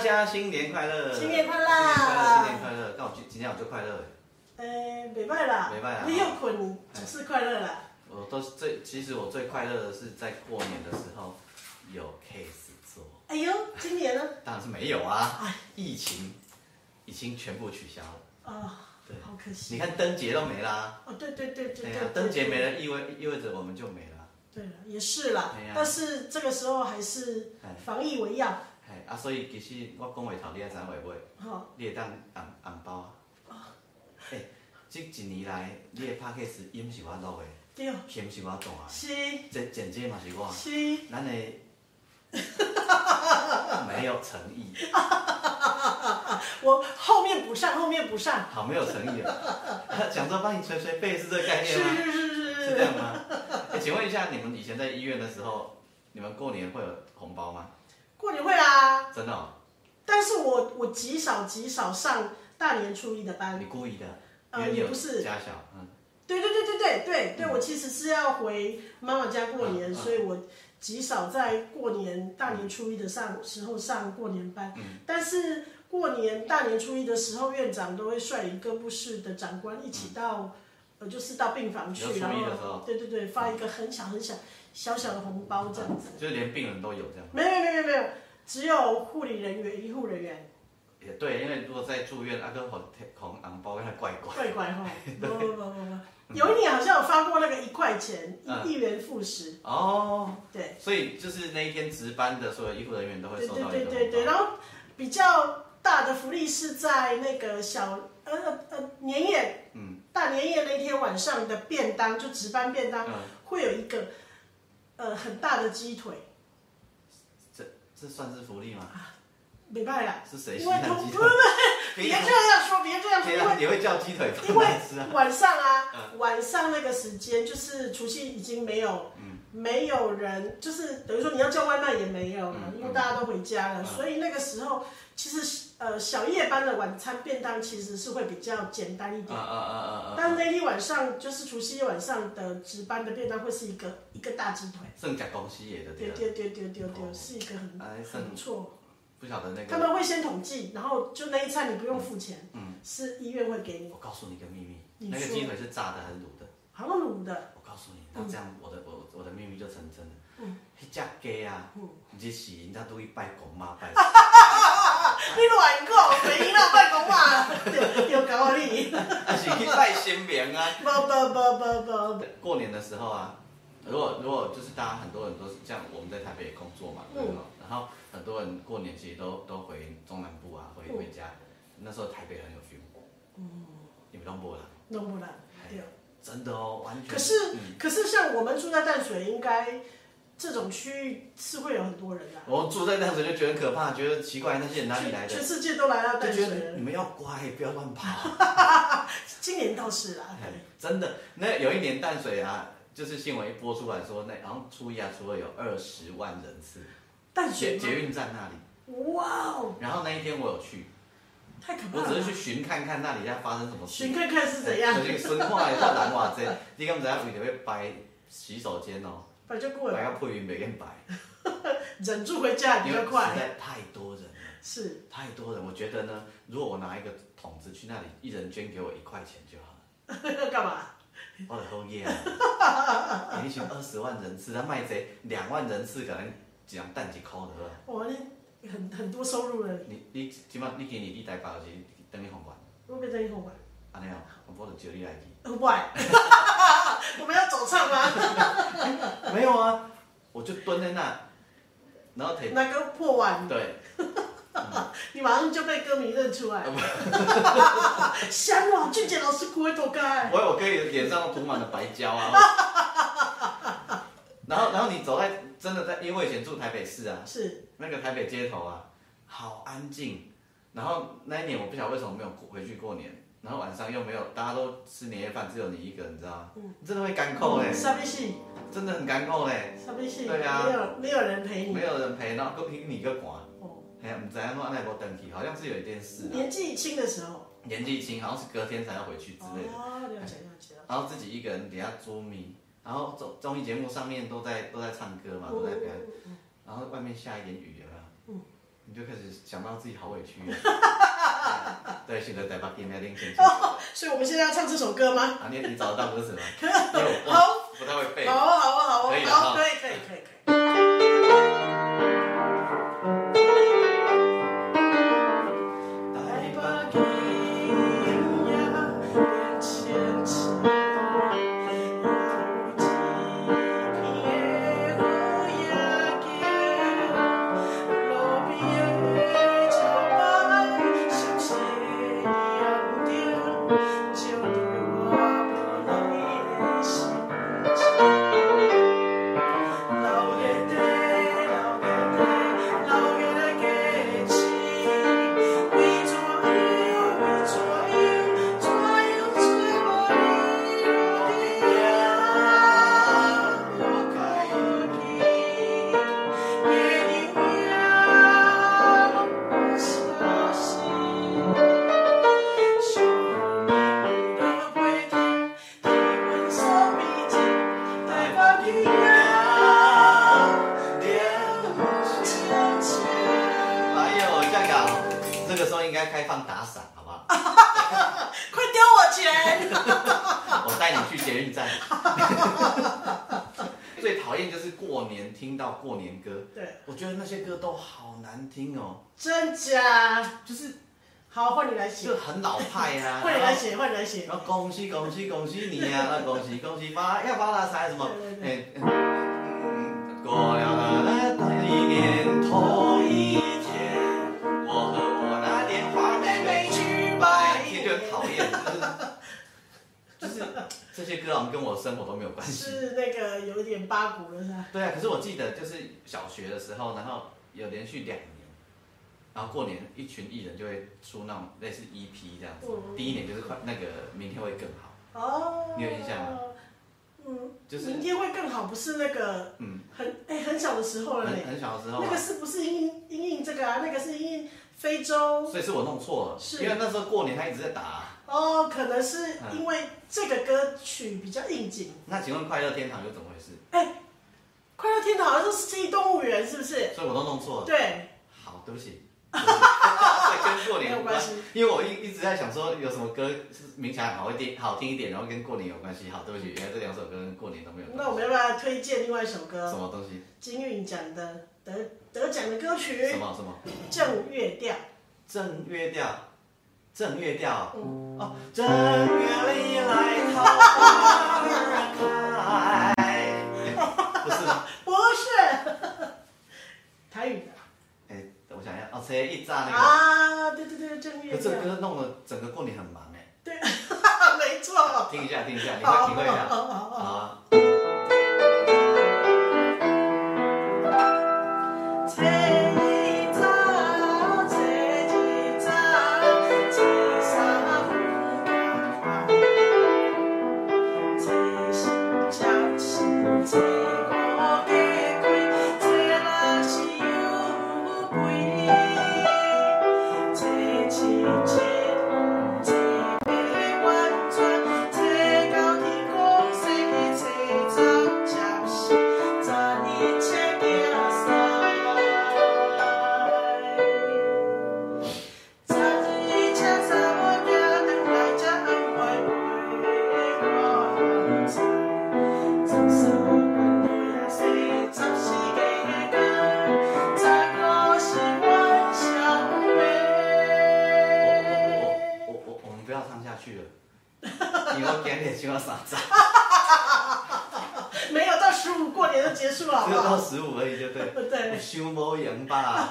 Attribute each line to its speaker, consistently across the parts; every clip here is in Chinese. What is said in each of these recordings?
Speaker 1: 家新年快乐！
Speaker 2: 新年快乐
Speaker 1: 新年快乐！新年快乐！刚好今今天我就快乐哎，
Speaker 2: 呃，袂歹啦，
Speaker 1: 袂歹啦
Speaker 2: 你又困，总是快乐啦。
Speaker 1: 我都是最其实我最快乐的是在过年的时候有 case 做，
Speaker 2: 哎呦，今年呢？
Speaker 1: 当然是没有啊
Speaker 2: 哎，
Speaker 1: 疫情已经全部取消了。
Speaker 2: 啊、
Speaker 1: 对
Speaker 2: 好可惜。
Speaker 1: 你看灯节都没啦，
Speaker 2: 哦，对对对对
Speaker 1: 对
Speaker 2: 对
Speaker 1: 呀
Speaker 2: 对，
Speaker 1: 灯节没了，意味意味着我们就没了。
Speaker 2: 对了，也是啦
Speaker 1: 哎呀。
Speaker 2: 但是这个时候还是
Speaker 1: 哎
Speaker 2: 防疫为要，
Speaker 1: 哎啊，所以其实我讲话头你也知话袂，
Speaker 2: 哈、
Speaker 1: 你会当红红包啊。
Speaker 2: 哦
Speaker 1: 哎，这一年来你的 p a c k a g e 音是我录的，
Speaker 2: 对，哦
Speaker 1: 片是我弹的。
Speaker 2: 是
Speaker 1: 这剪接嘛是我，
Speaker 2: 是，
Speaker 1: 咱的没有诚意，
Speaker 2: 我后面补上，后面补上，
Speaker 1: 好没有诚意哦。讲说帮你捶捶背是这个概念
Speaker 2: 是
Speaker 1: 吗？
Speaker 2: 是是
Speaker 1: 哎是
Speaker 2: 是
Speaker 1: 这
Speaker 2: 是。
Speaker 1: 样吗？哎请问一下，你们以前在医院的时候，你们过年会有红包吗？
Speaker 2: 过年会啦，
Speaker 1: 真的、哦？
Speaker 2: 但是我我极少极少上大年初一的班。
Speaker 1: 你故意的？因
Speaker 2: 呃
Speaker 1: 为你有
Speaker 2: 也不是
Speaker 1: 家小，嗯，
Speaker 2: 对对对对对对对，我其实是要回妈妈家过年，
Speaker 1: 嗯嗯
Speaker 2: 所以我极少在过年大年初一的上时候上过年班，
Speaker 1: 嗯
Speaker 2: 但是过年大年初一的时候，院长都会率领各部室的长官一起到，呃，就是到病房
Speaker 1: 你
Speaker 2: 去，
Speaker 1: 嗯说初一的
Speaker 2: 然
Speaker 1: 时候
Speaker 2: 后对对对，发一个很小很小小小的红包这样子，
Speaker 1: 就是连病人都有这样。
Speaker 2: 没有没有没有没有，只有护理人员医护人员，
Speaker 1: 也对，因为如果在住院，阿哥红红红包跟他怪怪。
Speaker 2: 怪怪 哈，不不不不不，有一年好像有发过那个一块钱
Speaker 1: 嗯
Speaker 2: 一一元复始，
Speaker 1: 哦，
Speaker 2: 对。
Speaker 1: 所以就是那一天值班的所有医护人员都会
Speaker 2: 对
Speaker 1: 收到一个
Speaker 2: 对
Speaker 1: 红包。
Speaker 2: 对对对，然后比较大的福利是在那个小呃呃年夜，
Speaker 1: 嗯，
Speaker 2: 大年夜那天晚上的便当，就值班便当、
Speaker 1: 嗯
Speaker 2: 会有一个呃很大的鸡腿，
Speaker 1: 这算是福利吗？
Speaker 2: 没办啦，
Speaker 1: 是谁稀
Speaker 2: 因为
Speaker 1: 罕
Speaker 2: 都
Speaker 1: 鸡
Speaker 2: 不
Speaker 1: 腿？
Speaker 2: 别这样说，别这样说，
Speaker 1: 天
Speaker 2: 因
Speaker 1: 啊，
Speaker 2: 为
Speaker 1: 你会叫鸡腿
Speaker 2: 因
Speaker 1: 饭
Speaker 2: 为
Speaker 1: 来吃啊？
Speaker 2: 晚上啊，晚上那个时间就是除夕已经没有，没有人，就是等于说你要叫外卖也没有了，
Speaker 1: 嗯
Speaker 2: 因为大家都回家了，
Speaker 1: 嗯
Speaker 2: 所以那个时候其实呃小夜班的晚餐便当其实是会比较简单一
Speaker 1: 啊
Speaker 2: 点。
Speaker 1: 啊啊啊啊！
Speaker 2: 嗯但那天晚上就是除夕夜晚上的值班的便当会是一个一个大鸡腿，
Speaker 1: 剩假公司也的对
Speaker 2: 丢
Speaker 1: 了，
Speaker 2: 丢丢丢丢丢，
Speaker 1: 哦
Speaker 2: 是一个很
Speaker 1: 哎
Speaker 2: 很不错。
Speaker 1: 不晓得那
Speaker 2: 他
Speaker 1: 个。
Speaker 2: 们会先统计，然后就那一餐你不用付钱，是医院会给你，
Speaker 1: 我告诉你一个秘密，
Speaker 2: 你
Speaker 1: 那个
Speaker 2: 说
Speaker 1: 鸡腿是炸的还是卤的？
Speaker 2: 好像卤的，
Speaker 1: 我告诉你，
Speaker 2: 嗯
Speaker 1: 那这样我的我我的秘密就成真了。嗯，迄只鸡啊，
Speaker 2: 嗯
Speaker 1: 日是人家都去拜公妈 拜神。
Speaker 2: 你乱讲，肥啦，拜讲话，又搞我你，
Speaker 1: 啊是去拜神明啊。
Speaker 2: 不不不不不，
Speaker 1: 过年的时候啊，如果如果就是大家很多人都是像我们在台北也工作嘛，
Speaker 2: 嗯
Speaker 1: 对吧？然后很多人过年其实都都回中南部啊，回
Speaker 2: 嗯
Speaker 1: 回家。那时候台北很有 feel，你们都没啦，
Speaker 2: 弄不来，对。
Speaker 1: 真的哦，完全。
Speaker 2: 可是可是像我们住在淡水，应该这种区域是会有很多人的、啊，
Speaker 1: 我住在那时候就觉得很可怕，觉得奇怪，那些人哪里来的哎
Speaker 2: 全全？世界都来到
Speaker 1: 就
Speaker 2: 淡水
Speaker 1: 觉得
Speaker 2: 了
Speaker 1: 你，们要乖，不要乱跑。
Speaker 2: 今年倒是啦，
Speaker 1: 哎真的，那有一年淡水啊，就是新闻一播出来说，那然后初一啊、初二有二十万人次，
Speaker 2: 淡
Speaker 1: 捷
Speaker 2: 水
Speaker 1: 捷
Speaker 2: 吗？
Speaker 1: 运站那里。
Speaker 2: 哇哦，
Speaker 1: 然后那一天我有去，
Speaker 2: 太可怕
Speaker 1: 我
Speaker 2: 了！
Speaker 1: 只是去巡看看那里在发生什么事。
Speaker 2: 寻看看是 怎样
Speaker 1: 哎，就是生看一下人偌济，你敢不知影为着要摆洗手间哦，
Speaker 2: 反正就过
Speaker 1: 摆
Speaker 2: 了，
Speaker 1: 到配音袂瘾摆，
Speaker 2: 忍住回 家也比
Speaker 1: 因为
Speaker 2: 较
Speaker 1: 实
Speaker 2: 快。
Speaker 1: 在太多人了，
Speaker 2: 是，
Speaker 1: 太多人。我觉得呢，如果我拿一个桶子去那里，一人捐给我一块钱就好了。
Speaker 2: 干嘛？
Speaker 1: 我的后夜啊，你想二十万人次，他卖这两万人次，可能一人等一块就好了。
Speaker 2: 哇，你很很多收入了，
Speaker 1: 你你即摆你今年你台北就是等你宏观，
Speaker 2: 会不会真好玩？
Speaker 1: 安尼哦，我就招你来去。
Speaker 2: 很坏， 我们要走唱吗？
Speaker 1: 没有啊，我就蹲在那，然后腿
Speaker 2: 那个破碗，
Speaker 1: 对，
Speaker 2: 你马上就被歌迷认出
Speaker 1: 啊
Speaker 2: 来。 香哦，俊杰老师不会头盖。
Speaker 1: 我我可以脸上涂满了白胶啊。 然后然后你走在真的在，因为我以前住台北市啊，
Speaker 2: 是，
Speaker 1: 那个台北街头啊，好安静。然后那一年我不晓得为什么没有回去过年，然后晚上又没有，大家都吃年夜饭，只有你一个，你知道吗？真的会干扣嘞，
Speaker 2: 傻逼戏，
Speaker 1: 真的很干扣嘞。
Speaker 2: 傻逼戏，
Speaker 1: 欸对啊
Speaker 2: 没有没有人陪你
Speaker 1: 没。有人陪，然后搁你你个管，
Speaker 2: 哦
Speaker 1: 哎呀，唔知安怎奈无登去，好像是有一件事啊，
Speaker 2: 年纪轻的时候，
Speaker 1: 年纪轻，好像是隔天才要回去之类的，
Speaker 2: 哦，了解了解了。
Speaker 1: 然后自己一个人底下捉迷，然后综综
Speaker 2: 哦
Speaker 1: 艺节目上面都在都在唱歌嘛，都在表演，然后外面下一点雨了，嗯，你就开始想到自己好委屈哦。对，选择在把 game 那边先
Speaker 2: 所以我们现在要唱这首歌吗？
Speaker 1: 啊啊，你你找得到歌词吗？因为我
Speaker 2: 好
Speaker 1: 不不太会背
Speaker 2: 好。啊，好啊，好啊
Speaker 1: 可以，了
Speaker 2: 好，
Speaker 1: 哈
Speaker 2: 可以，可以，可以，可以。来吧，给呀，变迁期，有几片乌鸦给路边招牌，像斜阳点，照对我不离心情。老爷的，老爷的，老爷的给情，你左右，你左右，左右是我你的呀，我靠你，给你呀，我伤心。雄风一路归天，体温烧逼近，待把你呀变浅浅。
Speaker 1: 哎呦，香港，这个时候应该开放打伞，好不好？
Speaker 2: 快丢我钱！
Speaker 1: 我带你去捷运站。 最讨厌就是过年听到过年歌，
Speaker 2: 对，
Speaker 1: 我觉得那些歌都好难听哦，
Speaker 2: 真假？
Speaker 1: 就是
Speaker 2: 好，换你来写
Speaker 1: 就，很老派啊。
Speaker 2: 换你来写，换你来写
Speaker 1: 然。后恭喜恭喜恭喜你呀、那恭喜恭喜发呀发大财什么？哎，嗯过了那那一年头一天，我和我那莲花妹妹去拜年，就很讨厌，就是就是这些歌好像跟我生活都没有关系。
Speaker 2: 是那个有一点八股了，是吧？
Speaker 1: 对啊，可是我记得就是小学的时候，然后有连续两年，然后过年一群艺人就会出那种类似 EP 这样子，
Speaker 2: 嗯
Speaker 1: 第一年就是快那个明天会更好。
Speaker 2: 哦，
Speaker 1: 你有印象吗？
Speaker 2: 嗯，
Speaker 1: 就是
Speaker 2: 明天会更好，不是那个
Speaker 1: 嗯，
Speaker 2: 很哎很小的时候了
Speaker 1: 很
Speaker 2: 嘞。
Speaker 1: 很小的时候、
Speaker 2: 那个
Speaker 1: 啊，
Speaker 2: 是不是因因应这个啊？那个是因应非洲
Speaker 1: 所以是我弄错了，
Speaker 2: 是
Speaker 1: 因为那时候过年他一直在打啊、
Speaker 2: 哦，可能是
Speaker 1: 嗯
Speaker 2: 因为这个歌曲比较应景。
Speaker 1: 那请问快乐天堂又怎么回事？
Speaker 2: 快乐天堂好像是《奇异动物园》，是不是？
Speaker 1: 所以我都弄错了。
Speaker 2: 对，
Speaker 1: 好，对不 起。对不起所以跟过年
Speaker 2: 没有
Speaker 1: 无
Speaker 2: 关
Speaker 1: 关
Speaker 2: 系，
Speaker 1: 因为我一一直在想说有什么歌是冥想好一点、好听一点，然后跟过年有关系。好，对不起，原来这两首歌跟过年都没有
Speaker 2: 那我
Speaker 1: 关系。
Speaker 2: 们要不要推荐另外一首
Speaker 1: 什
Speaker 2: 歌？
Speaker 1: 么东西？
Speaker 2: 金韵奖的得得奖的歌曲
Speaker 1: 什
Speaker 2: 《
Speaker 1: 么什么？
Speaker 2: 正月调》。
Speaker 1: 正月调，正月调。
Speaker 2: 嗯，
Speaker 1: 哦，正月里来桃花儿开。 不是吗？
Speaker 2: 不 是，台语的
Speaker 1: 哎、我想一下，哦，谁一炸那个？
Speaker 2: 啊，对对对，正月
Speaker 1: 可这
Speaker 2: 调，
Speaker 1: 个歌弄了整个过年很忙哎、
Speaker 2: 没错。
Speaker 1: 听一下，听一下，你
Speaker 2: 好
Speaker 1: 会体会一下。
Speaker 2: 好好好
Speaker 1: 啊，啊我我。我我我
Speaker 2: 初一早，初二早，初三放假，初四吃新，初五过鬼，初六是有肥，初七七七八完全，初九天公生，初十吃新。十二尺行西，十二尺查某囝两来只爱陪我西。十三个女生，十四个囝，十五是阮小妹
Speaker 1: 们不要唱下去了，你要点点就要傻傻，
Speaker 2: 没有到十五过年就结束了，好
Speaker 1: 只
Speaker 2: 不
Speaker 1: 有到
Speaker 2: 好？
Speaker 1: 十五而已，就对。
Speaker 2: 对，
Speaker 1: 修魔赢吧，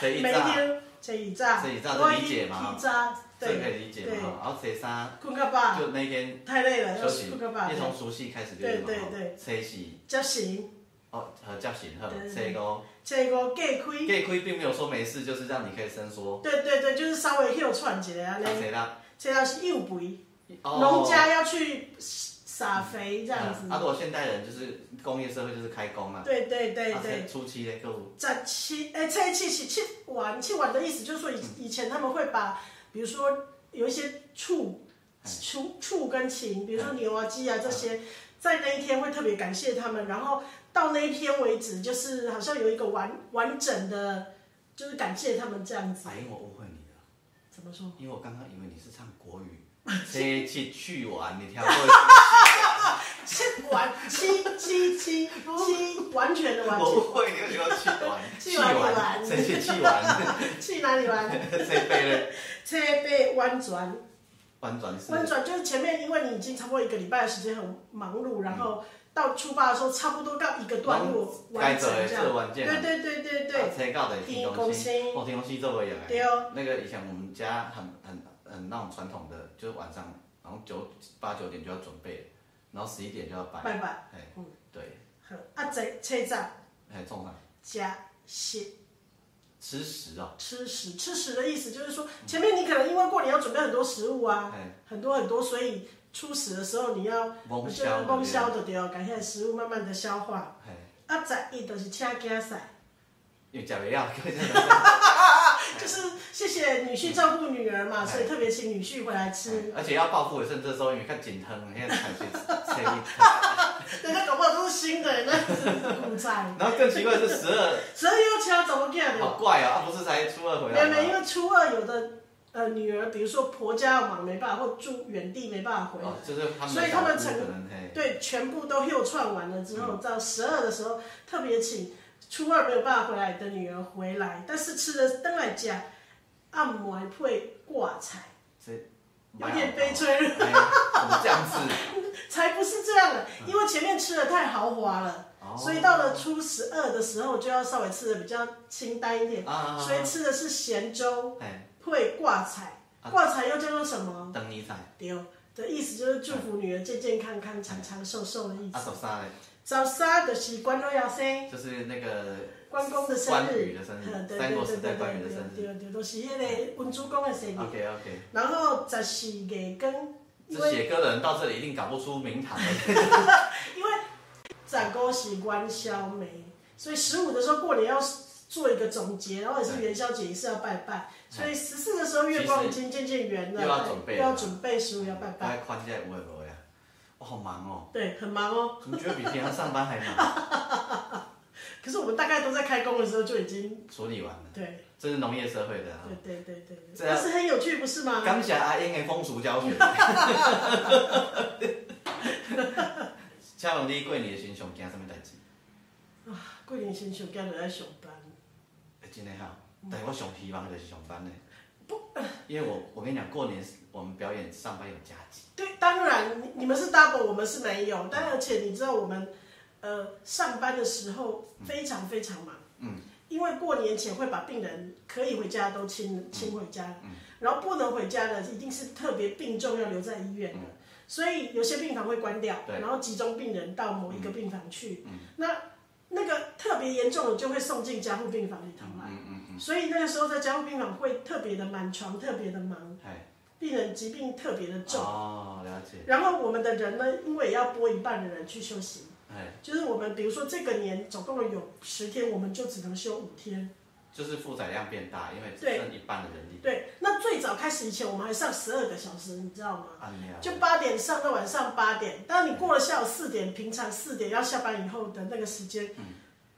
Speaker 1: 谁一
Speaker 2: 每
Speaker 1: 炸？
Speaker 2: 天这一炸，
Speaker 1: 这一炸
Speaker 2: 多
Speaker 1: 能理解吗
Speaker 2: 一炸，
Speaker 1: 这个
Speaker 2: 对，
Speaker 1: 可以理解
Speaker 2: 对
Speaker 1: 嘛？哦哈然后谁杀？
Speaker 2: 困个吧，
Speaker 1: 就那天
Speaker 2: 太累了，要
Speaker 1: 休息，
Speaker 2: 困个吧
Speaker 1: 一，从熟悉开始就是嘛
Speaker 2: 对
Speaker 1: 哈
Speaker 2: 对对
Speaker 1: 谁洗？
Speaker 2: 才行。
Speaker 1: 哦，和叫醒呵
Speaker 2: 对，对
Speaker 1: 谁勾？
Speaker 2: 这个过开，
Speaker 1: gay 亏并没有说没事，就是让你可以伸缩。
Speaker 2: 对对对，就是稍微休喘一下安
Speaker 1: 啊
Speaker 2: 尼。
Speaker 1: 谁啦？
Speaker 2: 这要是幼肥，
Speaker 1: 哦
Speaker 2: 农家要去撒肥这样子。
Speaker 1: 啊，如果现代人就是工业社会就是开工啊，
Speaker 2: 对对对
Speaker 1: 啊
Speaker 2: 对，
Speaker 1: 初期的客户
Speaker 2: 十七哎，这一期是七碗，七碗的意思就是说
Speaker 1: 嗯
Speaker 2: 以以前他们会把，比如说有一些畜
Speaker 1: 哎
Speaker 2: 畜畜跟禽，比如说牛啊鸡啊这些，在那一天会特别感谢他们，然后到那一天为止，就是好像有一个完完整的就是感谢他们这样子
Speaker 1: 阿。哎英，我误会你了，
Speaker 2: 怎么说？
Speaker 1: 因为我刚刚以为你是唱国 语，这去去玩，你跳过去，
Speaker 2: 是完七七七七，完全的完
Speaker 1: 我误会你为什么去玩，
Speaker 2: 去玩去玩
Speaker 1: 谁去去玩？
Speaker 2: 全。去哪里玩？
Speaker 1: 谁背了？
Speaker 2: 车被弯转，
Speaker 1: 翻转是
Speaker 2: 弯转就是前面，因为你已经差不多一个礼拜的时间很忙碌，然
Speaker 1: 嗯
Speaker 2: 后到出发的时候，差不多到一个段落
Speaker 1: 该
Speaker 2: 完
Speaker 1: 走
Speaker 2: 成
Speaker 1: 的
Speaker 2: 这
Speaker 1: 是
Speaker 2: 样。
Speaker 1: 完件
Speaker 2: 对
Speaker 1: 啊。
Speaker 2: 对对对
Speaker 1: 车
Speaker 2: 对，
Speaker 1: 到的
Speaker 2: 听
Speaker 1: 听
Speaker 2: 公
Speaker 1: 东
Speaker 2: 司
Speaker 1: 西，哦，听东西这我也来。
Speaker 2: 对哦
Speaker 1: 那个以前我们家很很很那种传统的，就是晚上，然后九八九点就要准备，然后十一点就要摆。
Speaker 2: 拜拜。
Speaker 1: 哎，对，
Speaker 2: 好啊，在车站
Speaker 1: 哎，重上
Speaker 2: 吃食
Speaker 1: 吃食啊，
Speaker 2: 吃食，吃食的意思就是说，前面你可能因为过年要准备很多食物啊，
Speaker 1: 哎，
Speaker 2: 很多很多，所以初始的时候你要
Speaker 1: 蒙
Speaker 2: 哦就是
Speaker 1: 消，
Speaker 2: 供销的对哦，感谢食物慢慢的消化。
Speaker 1: 哎，
Speaker 2: 啊，在伊就是请囝婿，
Speaker 1: 因为假不要，
Speaker 2: 啊就是谢谢女婿照顾女儿嘛，
Speaker 1: 哎
Speaker 2: 所以特别请女婿回来 吃。
Speaker 1: 而且要报复尾生这时候，因为看紧疼，现在产生吃
Speaker 2: 人家搞不好都是新的，那是古仔。
Speaker 1: 然后更奇怪的是十 二，
Speaker 2: 所以又请怎么讲
Speaker 1: 好
Speaker 2: 的？
Speaker 1: 怪啊，啊不是才初二回来
Speaker 2: 没没，因
Speaker 1: 吗？
Speaker 2: 为初二有的呃女儿，比如说婆家要忙没办法，或住远地没办法回来，
Speaker 1: 哦，就是他们，可能嘿，
Speaker 2: 对，全部都又串完了之后，到十二的时候特别请初二没有办法回来的女儿回来，但是吃的登来家，按摩配挂彩，有点悲催了。
Speaker 1: 哎怎么这样子？
Speaker 2: 才不是这样的，
Speaker 1: 嗯
Speaker 2: 因为前面吃的太豪华了，
Speaker 1: 哦
Speaker 2: 所以到了初十二的时候就要稍微吃的比较清淡一点，
Speaker 1: 啊，
Speaker 2: 所以吃的是咸粥
Speaker 1: 哎，
Speaker 2: 配挂彩，
Speaker 1: 啊
Speaker 2: 挂彩又叫做什么？
Speaker 1: 等你仔，
Speaker 2: 丢的意思就是祝福女儿健健康康、长长寿寿的意
Speaker 1: 啊
Speaker 2: 思。
Speaker 1: 手三嘞，
Speaker 2: 早杀的是关东要生，
Speaker 1: 就是那个
Speaker 2: 关公的生
Speaker 1: 关羽
Speaker 2: 日
Speaker 1: 的生，
Speaker 2: 嗯
Speaker 1: 日，
Speaker 2: 对
Speaker 1: 三
Speaker 2: 对
Speaker 1: 国
Speaker 2: 对
Speaker 1: 时代
Speaker 2: 对
Speaker 1: 关羽的生
Speaker 2: 对
Speaker 1: 日。
Speaker 2: 对对，都是那个文主公的生日。
Speaker 1: OK OK，
Speaker 2: 然后十四月更，因
Speaker 1: 这
Speaker 2: 为
Speaker 1: 写歌的人到这里一定搞不出名堂了。
Speaker 2: 因为展沟喜关宵梅，所以十五的时候过年要做一个总结，然后也是元宵节也是要拜拜，所以十四的时候月光已经渐渐圆了，
Speaker 1: 哎又要准备
Speaker 2: 又
Speaker 1: 了
Speaker 2: 要准备十五要拜
Speaker 1: 大
Speaker 2: 拜，
Speaker 1: 概宽在五百多呀，我好忙哦，
Speaker 2: 对，很忙哦。
Speaker 1: 你觉得比平常上班还忙？
Speaker 2: 可是我们大概都在开工的时候就已经，
Speaker 1: 处理完了，
Speaker 2: 对
Speaker 1: 这是农业社会的啊。
Speaker 2: 对对对对对，
Speaker 1: 这样
Speaker 2: 但是很有趣，不是吗？
Speaker 1: 刚才阿英的啊风俗教学。 嘉龙，你过年的时上惊什么代志？
Speaker 2: 过年先休假，就在上班，
Speaker 1: 欸真的哈，
Speaker 2: 嗯
Speaker 1: 但是我上希望就是上班的。
Speaker 2: 呃
Speaker 1: 因为我我跟你讲，过年是我们表演上班有加急，
Speaker 2: 对，当然你你们是 double，我们是没有，但而且你知道我们，呃，上班的时候非常非常忙，
Speaker 1: 嗯，
Speaker 2: 因为过年前会把病人可以回家都
Speaker 1: 嗯
Speaker 2: 清清回家了，然后不能回家的一定是特别病重要留在医院的，所以有些病房会关掉，
Speaker 1: 嗯对嗯
Speaker 2: 然后集中病人到某一个病房去，那那个特别严重的就会送进加护病房里头来，
Speaker 1: 嗯嗯
Speaker 2: 所以那个时候在加护病房会特别的满床，特别的忙
Speaker 1: 嗯，，哎，
Speaker 2: 病人疾病特别的重。
Speaker 1: 哦，了解，
Speaker 2: 然后我们的人呢，因为也要拨一半的人去休息，
Speaker 1: 哎，
Speaker 2: 就是我们比如说这个年总共有十天，我们就只能休五天。
Speaker 1: 就是负载量变大，因为只
Speaker 2: 对
Speaker 1: 剩一半的人力，
Speaker 2: 对，那最早开始以前，我们还上十二个小时，你知道吗？
Speaker 1: 啊，没有，
Speaker 2: 嗯就八点上到晚上八点，当你过了下午四点，平常四点要下班以后的那个时间，
Speaker 1: 嗯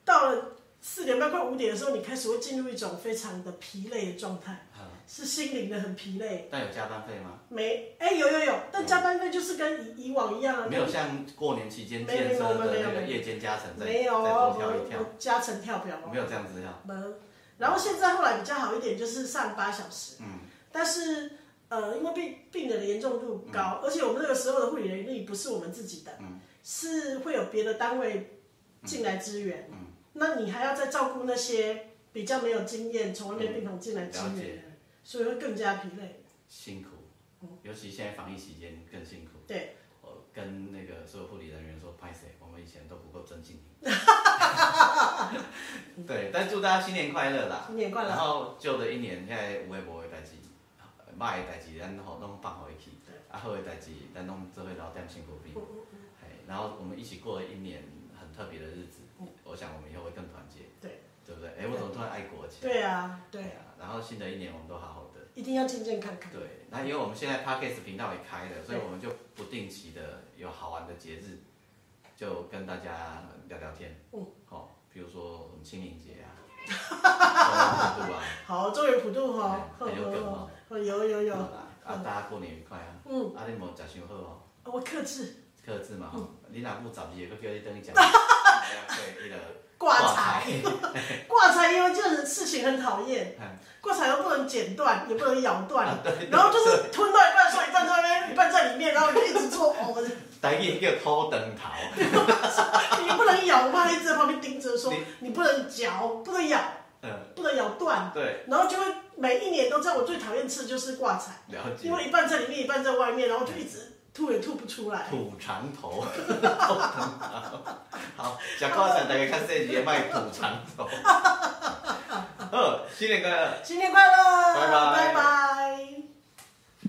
Speaker 2: 到了四点半快五点的时候，你开始会进入一种非常的疲累的状态，
Speaker 1: 嗯
Speaker 2: 是心灵的很疲累。
Speaker 1: 但有加班费吗？
Speaker 2: 没，哎，有有有，但加班费就是跟以以往一样啊，
Speaker 1: 没有像过年期间
Speaker 2: 没有
Speaker 1: 建设的
Speaker 2: 没有
Speaker 1: 那
Speaker 2: 没
Speaker 1: 个
Speaker 2: 有
Speaker 1: 夜间加成再
Speaker 2: 没有
Speaker 1: 再
Speaker 2: 哦
Speaker 1: 多，
Speaker 2: 我
Speaker 1: 跳一跳，
Speaker 2: 我加成跳表哦，
Speaker 1: 没有这样子跳，
Speaker 2: 没。嗯然后现在后来比较好一点，就是上八小时，
Speaker 1: 嗯，
Speaker 2: 但是呃，因为病病人的严重度高，而且我们那个时候的护理能力不是我们自己的，
Speaker 1: 嗯
Speaker 2: 是会有别的单位进来支援，
Speaker 1: 嗯
Speaker 2: 那你还要再照顾那些比较没有经验、从外面病房进来支
Speaker 1: 了
Speaker 2: 援的人，所以会更加疲累。
Speaker 1: 辛苦，
Speaker 2: 嗯
Speaker 1: 尤其现在防疫期间更辛苦。
Speaker 2: 对，
Speaker 1: 我跟那个所有护理人员说，拍谁，我们以前都不够尊 敬你。对，但祝大家新年快乐啦！
Speaker 2: 新年快乐
Speaker 1: 然后旧的一年，现在有诶无诶代志，歹诶代志，咱吼拢放互伊去；啊好诶代志，咱拢做伙留点辛苦病。
Speaker 2: 嗯
Speaker 1: 嘿然后我们一起过了一年很特别的日子，
Speaker 2: 嗯
Speaker 1: 我想我们以后会更团结，
Speaker 2: 对，
Speaker 1: 对不对？哎，我怎么突然爱国起来？
Speaker 2: 对啊，对，
Speaker 1: 啊。然后新的一年我们都好好的。
Speaker 2: 一定要健健康康。
Speaker 1: 对，那因为我们现在 podcast 频道也开了，所以
Speaker 2: 对
Speaker 1: 我们就不定期的有好玩的节日，就跟大家聊聊天。
Speaker 2: 嗯，
Speaker 1: 好、比如说我们清明节啊，中文普渡啊，
Speaker 2: 好，中原普渡哈，
Speaker 1: 哎很有梗哦
Speaker 2: 有有有
Speaker 1: 对，啦，啊，大家过年愉快啊！
Speaker 2: 嗯，
Speaker 1: 啊，你无食伤好哦，
Speaker 2: 我克制
Speaker 1: 克制嘛吼。
Speaker 2: 嗯
Speaker 1: 你若母十二个，搁叫你等去 食，对，伊就
Speaker 2: 挂彩，
Speaker 1: 彩。
Speaker 2: 挂彩因为这种事情很讨厌
Speaker 1: 嗯，
Speaker 2: 挂彩又不能剪断，也不能咬
Speaker 1: 啊
Speaker 2: 断，然后就是吞到一半，说一半在那边，一半在里面，然后就一直做哦呕，
Speaker 1: 台语叫土长头，
Speaker 2: 你不能咬，我怕他一直在旁边盯着说
Speaker 1: 你，
Speaker 2: 你不能嚼，不能咬，
Speaker 1: 嗯，
Speaker 2: 不能咬断，
Speaker 1: 对，
Speaker 2: 然后就会每一年都这样。我最讨厌吃的就是挂彩，
Speaker 1: 了解
Speaker 2: 因。为一半在里面，一半在外面，然后就一直吐也吐不出来。
Speaker 1: 土长头， 土长头。好，食瓜仔大家较细节，卖土 长头。好，新年快乐！
Speaker 2: 新年快乐，
Speaker 1: 拜拜
Speaker 2: 拜拜